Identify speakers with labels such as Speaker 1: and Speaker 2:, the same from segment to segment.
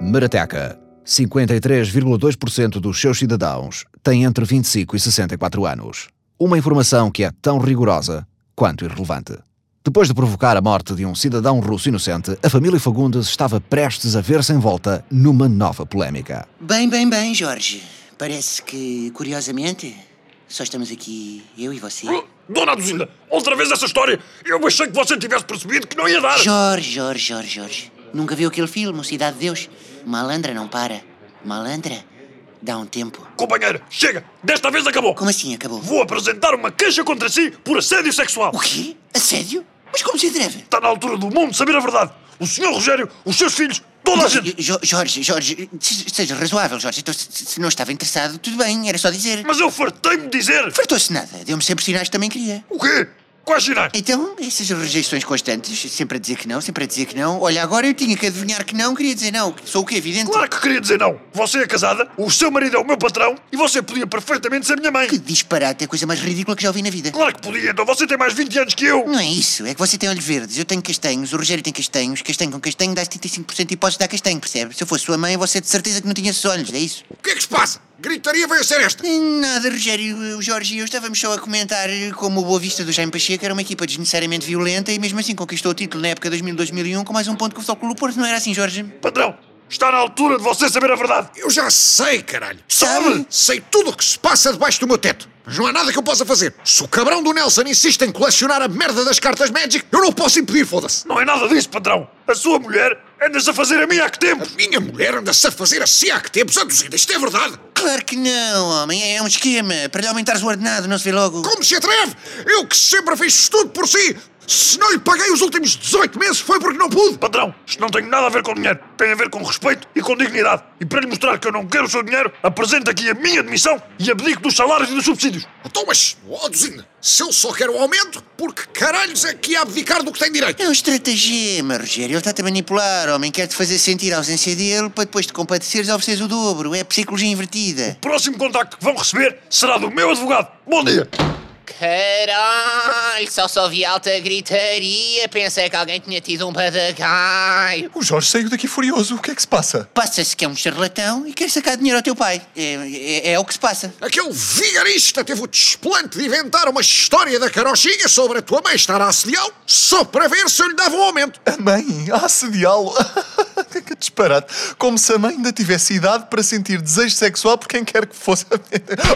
Speaker 1: Marateca. 53,2% dos seus cidadãos têm entre 25 e 64 anos. Uma informação que é tão rigorosa quanto irrelevante. Depois de provocar a morte de um cidadão russo inocente, a família Fagundes estava prestes a ver-se envolta numa nova polémica.
Speaker 2: Bem, bem, bem, Jorge. Parece que, curiosamente, só estamos aqui eu e você.
Speaker 3: Oh, Dona Duzinda, outra vez essa história! Eu achei que você tivesse percebido que não ia dar!
Speaker 2: Jorge, Jorge, Jorge, Jorge. Nunca viu aquele filme, O Cidade de Deus? Malandra não para. Malandra dá um tempo.
Speaker 3: Companheira, chega! Desta vez acabou!
Speaker 2: Como assim acabou?
Speaker 3: Vou apresentar uma queixa contra si por assédio sexual!
Speaker 2: O quê? Assédio? Mas como se atreve?
Speaker 3: Está na altura do mundo saber a verdade! O senhor Rogério, os seus filhos, toda a gente!
Speaker 2: Jo- Jorge, Jorge, se- seja razoável, Jorge. Então, se se não estava interessado, tudo bem, era só dizer.
Speaker 3: Mas eu fartei-me de dizer!
Speaker 2: Fartou-se nada, deu-me sempre sinais que também queria.
Speaker 3: O quê? Quais sinais?
Speaker 2: Então, essas rejeições constantes, sempre a dizer que não, sempre a dizer que não. Olha, agora eu tinha que adivinhar que não, queria dizer não. Sou o quê, evidente?
Speaker 3: Claro que queria dizer não! Você é casada, o seu marido é o meu patrão e você podia perfeitamente ser minha mãe!
Speaker 2: Que disparate, é a coisa mais ridícula que já ouvi na vida.
Speaker 3: Claro que podia, então você tem mais 20 anos que eu!
Speaker 2: Não é isso, é que você tem olhos verdes, eu tenho castanhos, o Rogério tem castanhos, castanho com castanho dá 75% de hipótese de dar castanho, percebe? Se eu fosse sua mãe, você de certeza que não tinha esses olhos, é isso?
Speaker 4: O que é que se passa? Gritaria veio a ser esta.
Speaker 2: Nada, Rogério, o Jorge e eu estávamos só a comentar como o Boa Vista do Jaime Pacheco era uma equipa desnecessariamente violenta e mesmo assim conquistou o título na época 2000-2001 com mais um ponto que o Futebol Clube do Porto, não era assim, Jorge?
Speaker 3: Patrão, está na altura de você saber a verdade!
Speaker 4: Eu já sei, caralho.
Speaker 2: Sabe?
Speaker 4: Sei tudo o que se passa debaixo do meu teto. Mas não há nada que eu possa fazer. Se o cabrão do Nelson insiste em colecionar a merda das cartas Magic, eu não posso impedir, foda-se.
Speaker 3: Não é nada disso, patrão! A sua mulher anda-se a fazer a mim há que tempo!
Speaker 4: A minha mulher anda-se a fazer assim há que tempos, aduzida. Isto é verdade.
Speaker 2: Claro que não, homem, é um esquema, para lhe aumentares o ordenado, não se vê logo.
Speaker 4: Como se atreve? Eu que sempre fiz tudo por si. Se não lhe paguei os últimos 18 meses foi porque não pude.
Speaker 3: Patrão, isto não tem nada a ver com dinheiro. Tem a ver com respeito e com dignidade. E para lhe mostrar que eu não quero o seu dinheiro, apresento aqui a minha demissão e abdico dos salários e dos subsídios.
Speaker 4: Então, mas, ó, Duzinda, se eu só quero o aumento, porque caralhos é que ia abdicar do que tem direito?
Speaker 2: É um estratagema, Rogério. Ele está-te a manipular, homem. Quer-te fazer sentir a ausência dele para depois te compadeceres ofereceres o dobro. É psicologia invertida.
Speaker 3: O próximo contacto que vão receber será do meu advogado. Bom dia.
Speaker 5: Caralho, só só vi alta gritaria. Pensei que alguém tinha tido um badagaio.
Speaker 6: O Jorge saiu daqui furioso. O que é que se passa?
Speaker 2: Passa-se que é um charlatão e quer sacar dinheiro ao teu pai. É, é- é o que se passa.
Speaker 4: Aquele vigarista teve o desplante de inventar uma história da carochinha sobre a tua mãe estar a assediá-lo só para ver se eu lhe dava um aumento.
Speaker 6: A mãe, a assediá-lo. que é disparate. Como se a mãe ainda tivesse idade para sentir desejo sexual por quem quer que fosse.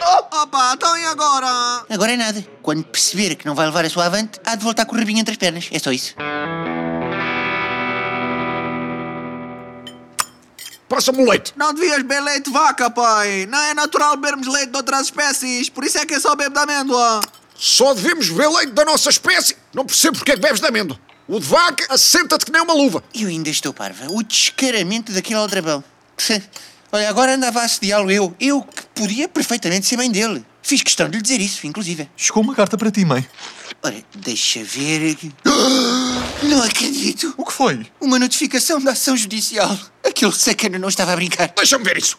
Speaker 6: Ah!
Speaker 7: Opa, então e agora?
Speaker 2: Agora é nada. Quando perceber que não vai levar a sua avante, há de voltar com o rabinho entre as pernas. É só isso.
Speaker 4: Passa-me o leite.
Speaker 7: Não devias beber leite de vaca, pai. Não é natural bebermos leite de outras espécies. Por isso é que eu só bebo de amêndoa.
Speaker 4: Só devemos beber leite da nossa espécie. Não percebo porque é que bebes de amêndoa. O de vaca assenta-te que nem uma luva.
Speaker 2: Eu ainda estou parva. O descaramento daquele aldrabão. Olha, agora andava a assediá-lo eu. Eu que podia perfeitamente ser mãe dele. Fiz questão de lhe dizer isso, inclusive.
Speaker 6: Chegou uma carta para ti, mãe.
Speaker 2: Ora, deixa ver. Não acredito!
Speaker 6: O que foi?
Speaker 2: Uma notificação da ação judicial. Aquele sacana não estava a brincar.
Speaker 4: Deixa-me ver isso.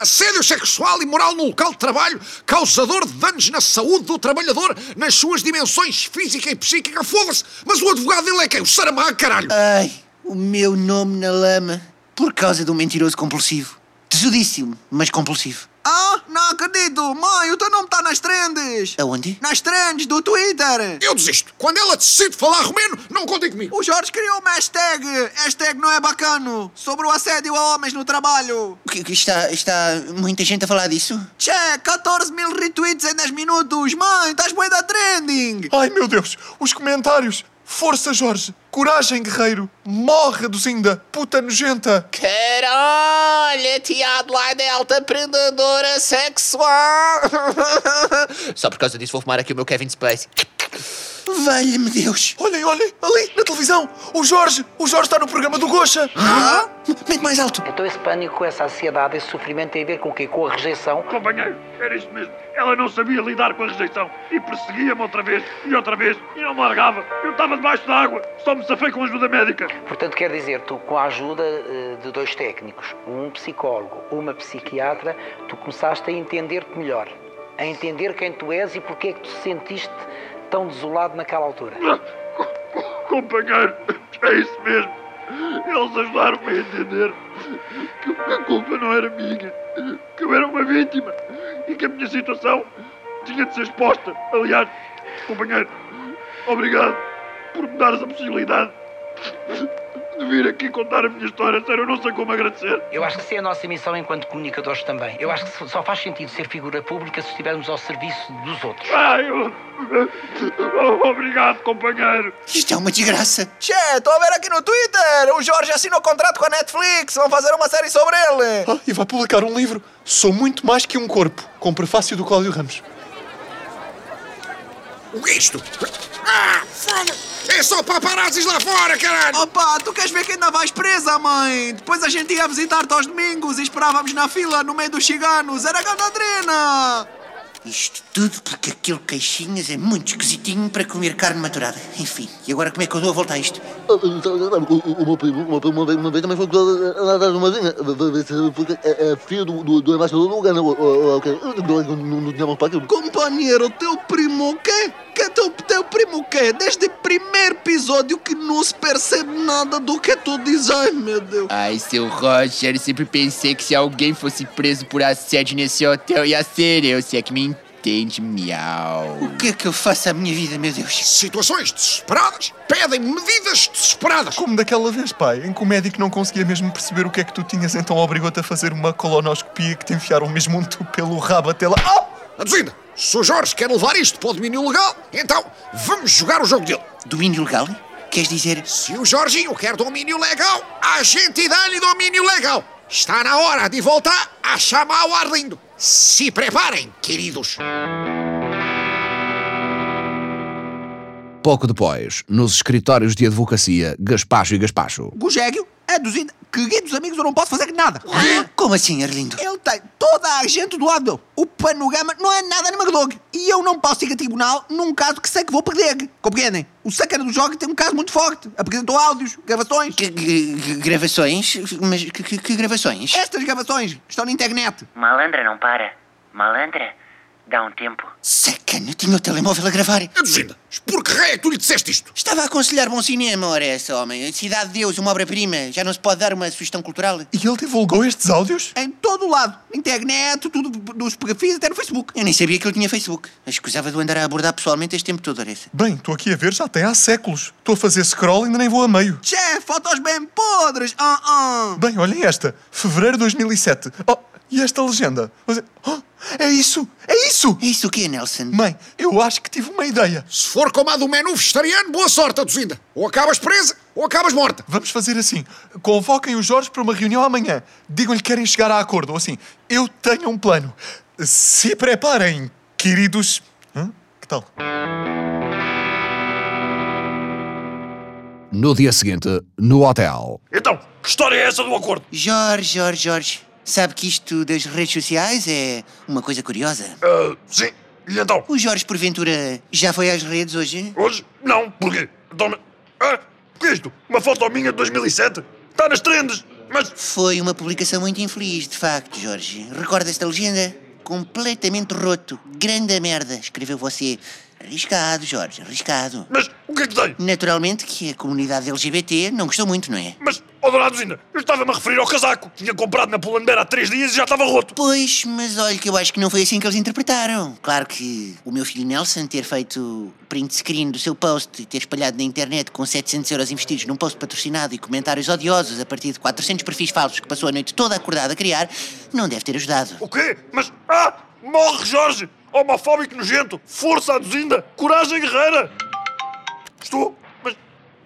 Speaker 4: Assédio sexual e moral no local de trabalho, causador de danos na saúde do trabalhador, nas suas dimensões física e psíquica, foda-se. Mas o advogado dele é quem? O Saramago, caralho.
Speaker 2: Ai, o meu nome na lama. Por causa de um mentiroso compulsivo. Tesudíssimo, mas compulsivo.
Speaker 7: Ah, não acredito. Mãe, o teu nome está nas trendes.
Speaker 2: Aonde?
Speaker 7: Nas trendes do Twitter.
Speaker 4: Eu desisto. Quando ela decide falar romeno, não contem comigo.
Speaker 7: O Jorge criou uma hashtag. Hashtag não é bacano. Sobre o assédio a homens no trabalho.
Speaker 2: O que- que Está, está muita gente a falar disso?
Speaker 7: Che, 14 mil retweets em 10 minutos. Mãe, estás bué da trending.
Speaker 6: Ai, meu Deus. Os comentários. Força, Jorge. Coragem, guerreiro. Morre, Duzinda. Puta nojenta.
Speaker 5: Caralho, a tia Adelaide é alta prendedora sexual. só por causa disso vou fumar aqui o meu Kevin Spacey.
Speaker 2: Valha-me Deus!
Speaker 6: Olhem, olhem. Ali, na televisão. O Jorge. O Jorge está no programa do Gocha.
Speaker 7: Ah?
Speaker 2: Mete Ah, mais alto!
Speaker 8: Então esse pânico, essa ansiedade, esse sofrimento tem a ver com o quê? Com a rejeição?
Speaker 3: Companheiro, era isto mesmo. Ela não sabia lidar com a rejeição e perseguia-me outra vez e outra vez e não me largava. Eu estava debaixo da água, só me safei com ajuda médica.
Speaker 8: Portanto, quer dizer, tu com a ajuda eh, de dois técnicos, um psicólogo, uma psiquiatra, tu começaste a entender-te melhor, a entender quem tu és e porque é que tu sentiste tão desolado naquela altura.
Speaker 3: Companheiro, é isso mesmo. Eles ajudaram-me a entender que a culpa não era minha, que eu era uma vítima e que a minha situação tinha de ser exposta. Aliás, companheiro, obrigado por me dar essa possibilidade de vir aqui contar a minha história. Sério, eu não sei como agradecer.
Speaker 8: Eu acho que essa é a nossa missão enquanto comunicadores também. Eu acho que só faz sentido ser figura pública se estivermos ao serviço dos outros.
Speaker 3: Ah, eu... Oh, Obrigado, companheiro.
Speaker 2: Isto é uma desgraça.
Speaker 9: Che, estou a ver aqui no Twitter! O Jorge assinou contrato com a Netflix! Vão fazer uma série sobre ele!
Speaker 6: Ah, e vai publicar um livro. Sou muito mais que um corpo, com prefácio do Cláudio Ramos.
Speaker 4: O que é isto? Ah, fogo! É só paparazzis lá fora, caralho!
Speaker 7: Opa, tu queres ver que ainda vais presa, mãe? Depois a gente ia visitar-te aos domingos e esperávamos na fila no meio dos ciganos. Era Gandadrina!
Speaker 2: Isto tudo porque aquele queixinhas é muito esquisitinho para comer carne maturada. Enfim, e agora como é que eu dou a volta a isto?
Speaker 10: O meu primo, uma, uma, uma vez também foi nadar numa vinha, porque é, é filho do, do, do embaixador do Uganda, ou- ou- ou- ou- não- não tínhamos para aquilo.
Speaker 7: Companheiro, teu primo o quê? Que teu, teu primo o quê? Desde o primeiro episódio que não se percebe nada do que tu dizes. Ai, meu Deus.
Speaker 5: Ai, seu Roger, sempre pensei que se alguém fosse preso por assédio nesse hotel ia ser eu, se é que me entende, miau.
Speaker 2: O que é que eu faço à minha vida, meu Deus?
Speaker 4: Situações desesperadas pedem medidas desesperadas.
Speaker 6: Como daquela vez, pai, em que o médico não conseguia mesmo perceber o que é que tu tinhas, então obrigou-te a fazer uma colonoscopia que te enfiaram mesmo um tubo pelo rabo até lá. Ah!
Speaker 4: Aduzinda, se o Jorge quer levar isto para o domínio legal, então vamos jogar o jogo dele.
Speaker 2: Domínio legal? Queres dizer...
Speaker 4: Se o Jorginho quer domínio legal, a gente dá-lhe domínio legal. Está na hora de voltar a chamar o Arlindo. Se preparem, queridos.
Speaker 1: Pouco depois, nos escritórios de advocacia Gaspacho e Gaspacho,
Speaker 7: Gugégio, é duzido. Queridos amigos, eu não posso fazer nada.
Speaker 2: Como assim, Arlindo?
Speaker 7: Ele tem toda a gente do lado dele. O panorama não é nada animador. E eu não posso ir a tribunal num caso que sei que vou perder. Compreendem? O sacana do jogo tem um caso muito forte. Apresentou áudios, gravações.
Speaker 2: Que, que- que gravações? Mas que, que- que gravações?
Speaker 1: Ah!
Speaker 7: Estas gravações estão na internet.
Speaker 11: Malandra não para. Malandra dá um tempo.
Speaker 2: Sacana, eu tinha o telemóvel a gravar.
Speaker 4: Aduzinda, mas por que raio é que tu lhe disseste isto?
Speaker 2: Estava a aconselhar bom cinema, ora essa, homem. Cidade de Deus, uma obra-prima. Já não se pode dar uma sugestão cultural?
Speaker 6: E ele divulgou estes áudios?
Speaker 7: Em todo o lado. Internet, tudo dos perfis, até no Facebook.
Speaker 2: Eu nem sabia que ele tinha Facebook. Mas escusava de eu andar a abordar pessoalmente este tempo todo, Aressa.
Speaker 6: Bem, estou aqui a ver, já tem há séculos. Estou a fazer scroll e ainda nem vou a meio.
Speaker 7: Tchê, fotos bem podres. Ah, ah.
Speaker 6: Bem, olhem esta. Fevereiro de 2007. Oh, e esta legenda? Oh, é isso! É isso!
Speaker 2: É isso o quê, Nelson?
Speaker 6: Mãe, eu acho que tive uma ideia.
Speaker 4: Se for como a do menu vegetariano, boa sorte, Aduzinda. Ou acabas presa, ou acabas morta.
Speaker 6: Vamos fazer assim. Convoquem o Jorge para uma reunião amanhã. Digam-lhe que querem chegar a acordo. Ou assim, eu tenho um plano. Se preparem, queridos. Hã? Que tal?
Speaker 1: no dia seguinte, no hotel.
Speaker 3: Então, que história é essa do acordo?
Speaker 2: Jorge, Jorge, Jorge. Sabe que isto das redes sociais é uma coisa curiosa?
Speaker 3: Ah, sim. E então?
Speaker 2: O Jorge, porventura, já foi às redes hoje?
Speaker 3: Hoje? Não, porquê? Então, mas- ah, o que é isto? Uma foto minha de 2007? Está nas trendes! Mas
Speaker 2: Foi uma publicação muito infeliz, de facto, Jorge. Recorda-se da legenda? Completamente roto. Grande merda, escreveu você. Arriscado, Jorge, arriscado.
Speaker 3: Mas o que é que tem?
Speaker 2: Naturalmente que a comunidade LGBT não gostou muito, não é?
Speaker 3: Mas, ó Doradozinda, eu estava-me a referir ao casaco. Tinha comprado na Pull&Bear há três dias e já estava roto.
Speaker 2: Pois, mas olha que eu acho que não foi assim que eles interpretaram. Claro que o meu filho Nelson ter feito print screen do seu post e ter espalhado na internet com 700 euros investidos num post patrocinado e comentários odiosos a partir de 400 perfis falsos que passou a noite toda acordada a criar, não deve ter ajudado.
Speaker 3: O quê? Mas, ah, morre Jorge! Homofóbico nojento! Força Adozinda! Coragem guerreira! Estou? Mas,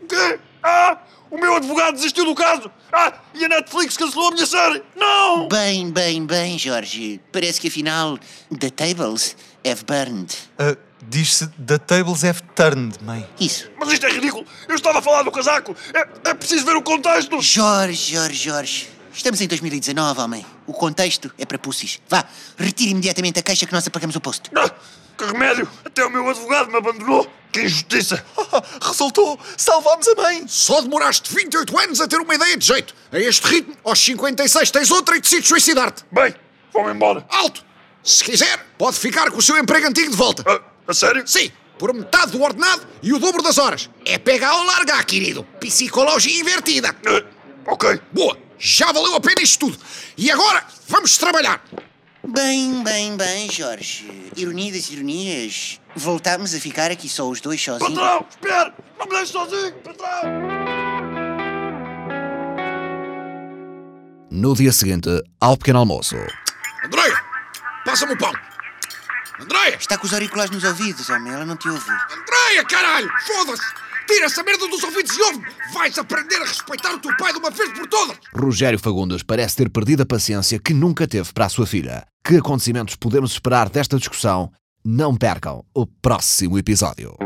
Speaker 3: o quê? Ah, o meu advogado desistiu do caso! Ah, e a Netflix cancelou a minha série! Não!
Speaker 2: Bem, bem, bem, Jorge. Parece que afinal, The Tables have burned.
Speaker 6: Ah, Diz-se The Tables Have Turned, mãe.
Speaker 2: Isso.
Speaker 3: Mas isto é ridículo! Eu estava a falar do casaco! É, é preciso ver o contexto!
Speaker 2: Jorge, Jorge, Jorge. Estamos em 2019, homem. O contexto é para pussis. Vá, retire imediatamente a caixa que nós apagamos o posto.
Speaker 3: Ah, que remédio! Até o meu advogado me abandonou! Que injustiça!
Speaker 6: Ah, resultou! Salvámos a mãe!
Speaker 4: Só demoraste 28 anos a ter uma ideia de jeito. A este ritmo, aos 56 tens outra e decides suicidar-te.
Speaker 3: Bem, vou-me embora!
Speaker 4: Alto! Se quiser, pode ficar com o seu emprego antigo de volta.
Speaker 3: Ah, a sério?
Speaker 4: Sim, por metade do ordenado e o dobro das horas. É pegar ou largar, querido. Psicologia invertida.
Speaker 3: Ah,
Speaker 4: Ok. Boa. Já valeu a pena isto tudo. E agora vamos trabalhar.
Speaker 2: Bem, bem, bem, Jorge. Ironia das ironias. Voltámos a ficar aqui só os dois sozinhos.
Speaker 3: Patrão, espera! Não me deixes sozinho, patrão!
Speaker 1: No dia seguinte, ao pequeno almoço.
Speaker 4: Andreia, passa-me o pão. Andreia!
Speaker 2: Está com os auriculares nos ouvidos, homem. Ela não te ouve.
Speaker 4: Andreia, caralho! Foda-se! Tira essa merda dos ouvidos e ouve-me! Vais aprender a respeitar o teu pai de uma vez por todas!
Speaker 1: Rogério Fagundes parece ter perdido a paciência que nunca teve para a sua filha. Que acontecimentos podemos esperar desta discussão? Não percam o próximo episódio.